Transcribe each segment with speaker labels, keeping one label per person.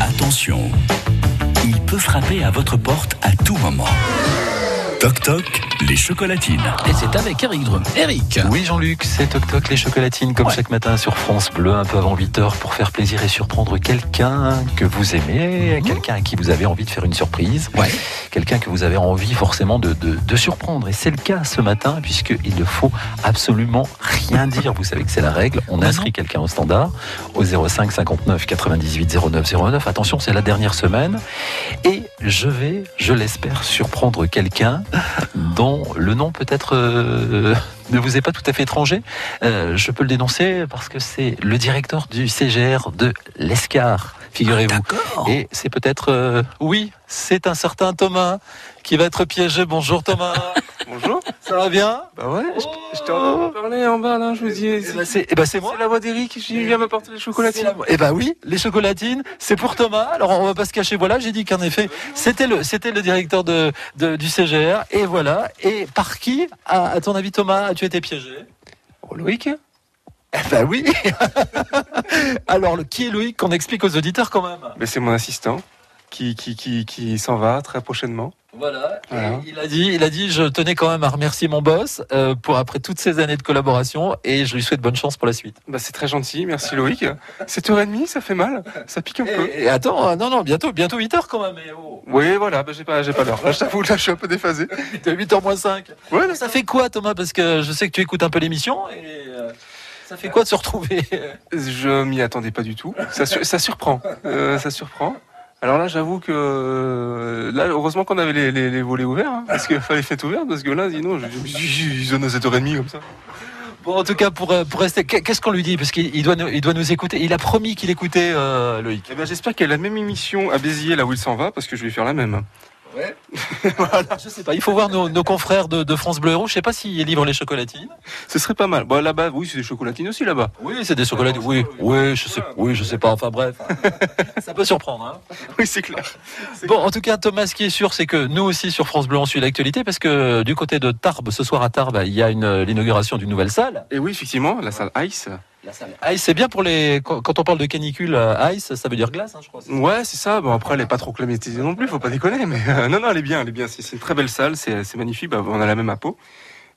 Speaker 1: Attention, il peut frapper à votre porte à tout moment. Toc toc, les chocolatines.
Speaker 2: Et c'est avec Eric Drum. Eric
Speaker 3: Oui Jean-Luc, c'est Toc Toc les chocolatines comme
Speaker 2: Ouais.
Speaker 3: chaque matin sur France Bleu un peu avant 8h pour faire plaisir et surprendre quelqu'un que vous aimez,
Speaker 2: Mhm.
Speaker 3: quelqu'un à qui vous avez envie de faire une surprise,
Speaker 2: Ouais.
Speaker 3: quelqu'un que vous avez envie forcément de, de- de surprendre. Et c'est le cas ce matin puisqu'il ne faut absolument rien dire. Vous savez que c'est la règle, on
Speaker 2: Bah
Speaker 3: inscrit quelqu'un au standard au 05 59 98 09 09. Attention, c'est la dernière semaine et je vais, je l'espère, surprendre quelqu'un dont le nom peut-être euh, ne vous est pas tout à fait étranger. Euh, je peux le dénoncer parce que c'est le directeur du CGR de l'Escar,
Speaker 1: Ah,
Speaker 3: figurez-vous.
Speaker 2: D'accord.
Speaker 3: Et c'est peut-être, euh, oui, c'est un certain Thomas qui va être piégé. Bonjour Thomas,
Speaker 4: Bonjour.
Speaker 3: ça va bien Oh.
Speaker 4: Bah ouais, je, je t'ai entendu parler en bas là, je vous dis.
Speaker 3: Eh
Speaker 4: C'est
Speaker 3: ben, c'est eh ben, c'est moi.
Speaker 4: c'est la voix d'Eric, je dis, viens m'apporter les
Speaker 3: C'est
Speaker 4: chocolatines.
Speaker 3: la- Eh ben oui, les chocolatines, c'est pour Thomas. Alors on va pas se cacher. Voilà, j'ai dit qu'en effet, c'était le, c'était le directeur de, de- du CGR. Et voilà. Et par qui, à, à ton avis, Thomas, as-tu été piégé
Speaker 4: Oh, Loïc
Speaker 3: Eh ben oui. Alors le- qui est Loïc qu'on explique aux auditeurs quand même.
Speaker 4: Mais c'est mon assistant qui, qui, qui, qui s'en va très prochainement.
Speaker 3: Voilà. Et
Speaker 4: Voilà.
Speaker 3: il a dit, il a dit, je tenais quand même à remercier mon boss euh, pour après toutes ces années de collaboration et je lui souhaite bonne chance pour la suite.
Speaker 4: Bah c'est très gentil, merci Loïc. 7h30, ça fait mal, ça pique un peu.
Speaker 3: Et, et attends, euh, non non, bientôt, bientôt 8 heures quand même. Et oh,
Speaker 4: Oui, voilà, bah, j'ai pas, j'ai pas l'heure. Là, je t'avoue, là, je suis un peu déphasé.
Speaker 3: il est 8h moins 5.
Speaker 4: Ouais, là,
Speaker 3: Ça fait quoi, Thomas Parce que je sais que tu écoutes un peu l'émission et euh, ça fait quoi de se retrouver
Speaker 4: je m'y attendais pas du tout. Ça, sur- ça surprend, Euh, ça surprend. Alors là, j'avoue que euh, là, heureusement qu'on avait les, les- les volets ouverts, hein, parce qu'il fallait fêtes ouvertes, parce que là, sinon, je, je, je- je zone à 7h30 comme ça.
Speaker 3: Bon, en tout cas, pour, euh, pour rester, qu'est- qu'est-ce qu'on lui dit Parce qu'il il doit, nous- il doit nous écouter. Il a promis qu'il écoutait euh, Loïc.
Speaker 4: Eh ben, j'espère qu'elle a la même émission à Béziers, là où il s'en va, parce que je vais faire la même.
Speaker 3: Je sais pas. Il faut voir nos, nos confrères de, de France Bleu Héros. Je sais pas s'ils livrent les chocolatines.
Speaker 4: Ce serait pas mal. Bon, là-bas, oui, c'est des chocolatines aussi, là-bas.
Speaker 3: Oui, c'est des chocolatines. Oui, oui, je sais, oui, je sais pas. Enfin bref, ça peut surprendre. hein.
Speaker 4: Oui, c'est clair.
Speaker 3: Bon, en tout cas, Thomas, ce qui est sûr, c'est que nous aussi sur France Bleu, on suit l'actualité parce que euh, du côté de Tarbes, ce soir à Tarbes, il y a une, euh, l'inauguration d'une nouvelle salle.
Speaker 4: Et oui, effectivement, la salle Ice.
Speaker 3: Ice, c'est bien pour les. Quand quand on parle de canicule, euh, ice, ça veut dire glace, hein, je crois.
Speaker 4: Ouais, c'est ça. Bon, après, elle est pas trop climatisée non plus, faut pas déconner. Mais euh, non, non, elle est bien, elle est bien. C'est c'est une très belle salle, c'est c'est magnifique. Bah, on a la même à peau.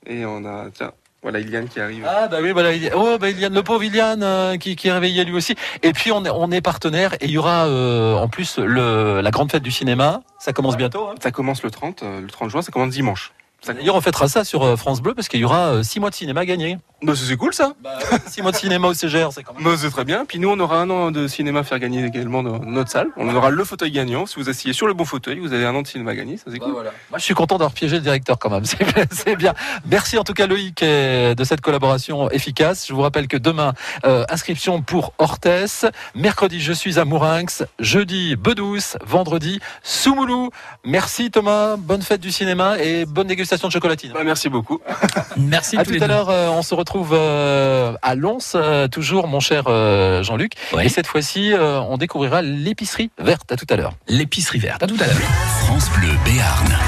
Speaker 4: Et on a, tiens, voilà, Iliane qui arrive.
Speaker 3: Ah bah oui, voilà. Il... Oh bah Iliane, le pauvre Iliane euh, qui, qui est réveillé lui aussi. Et puis on est, on est partenaire et il y aura euh, en plus le, la grande fête du cinéma. Ça commence bientôt. hein.
Speaker 4: Ça commence le 30, euh, le 30 juin, ça commence dimanche. Ça-
Speaker 3: D'ailleurs, on fêtera ça sur euh, France Bleu parce qu'il y aura 6 mois de cinéma gagnés.
Speaker 4: Bah, c'est c'est cool, ça.
Speaker 3: 6 mois de cinéma au CGR, c'est quand même.
Speaker 4: Bah, c'est très bien. Puis nous, on aura un an de cinéma à faire gagner également dans notre salle. On aura le fauteuil gagnant. Si vous asseyez sur le bon fauteuil, vous avez un an de cinéma gagné. Ça, c'est cool.
Speaker 3: Moi, je suis content d'avoir piégé le directeur quand même. C'est c'est bien. Merci en tout cas Loïc et de cette collaboration efficace. Je vous rappelle que demain, euh, inscription pour Hortès. Mercredi, je suis à Mourinx. Jeudi, Bedouce. Vendredi, Soumoulou. Merci Thomas. Bonne fête du cinéma et bonne dégustation de chocolatine.
Speaker 4: Bah, merci beaucoup.
Speaker 2: Merci
Speaker 3: À
Speaker 2: tous
Speaker 3: tout
Speaker 2: les
Speaker 3: à
Speaker 2: deux.
Speaker 3: l'heure, euh, on se retrouve euh, à Lons, euh, toujours mon cher euh, Jean-Luc.
Speaker 2: Ouais.
Speaker 3: Et cette fois-ci, euh, on découvrira l'épicerie verte. À tout à l'heure.
Speaker 2: L'épicerie verte. À tout à l'heure.
Speaker 1: France Bleu Béarn.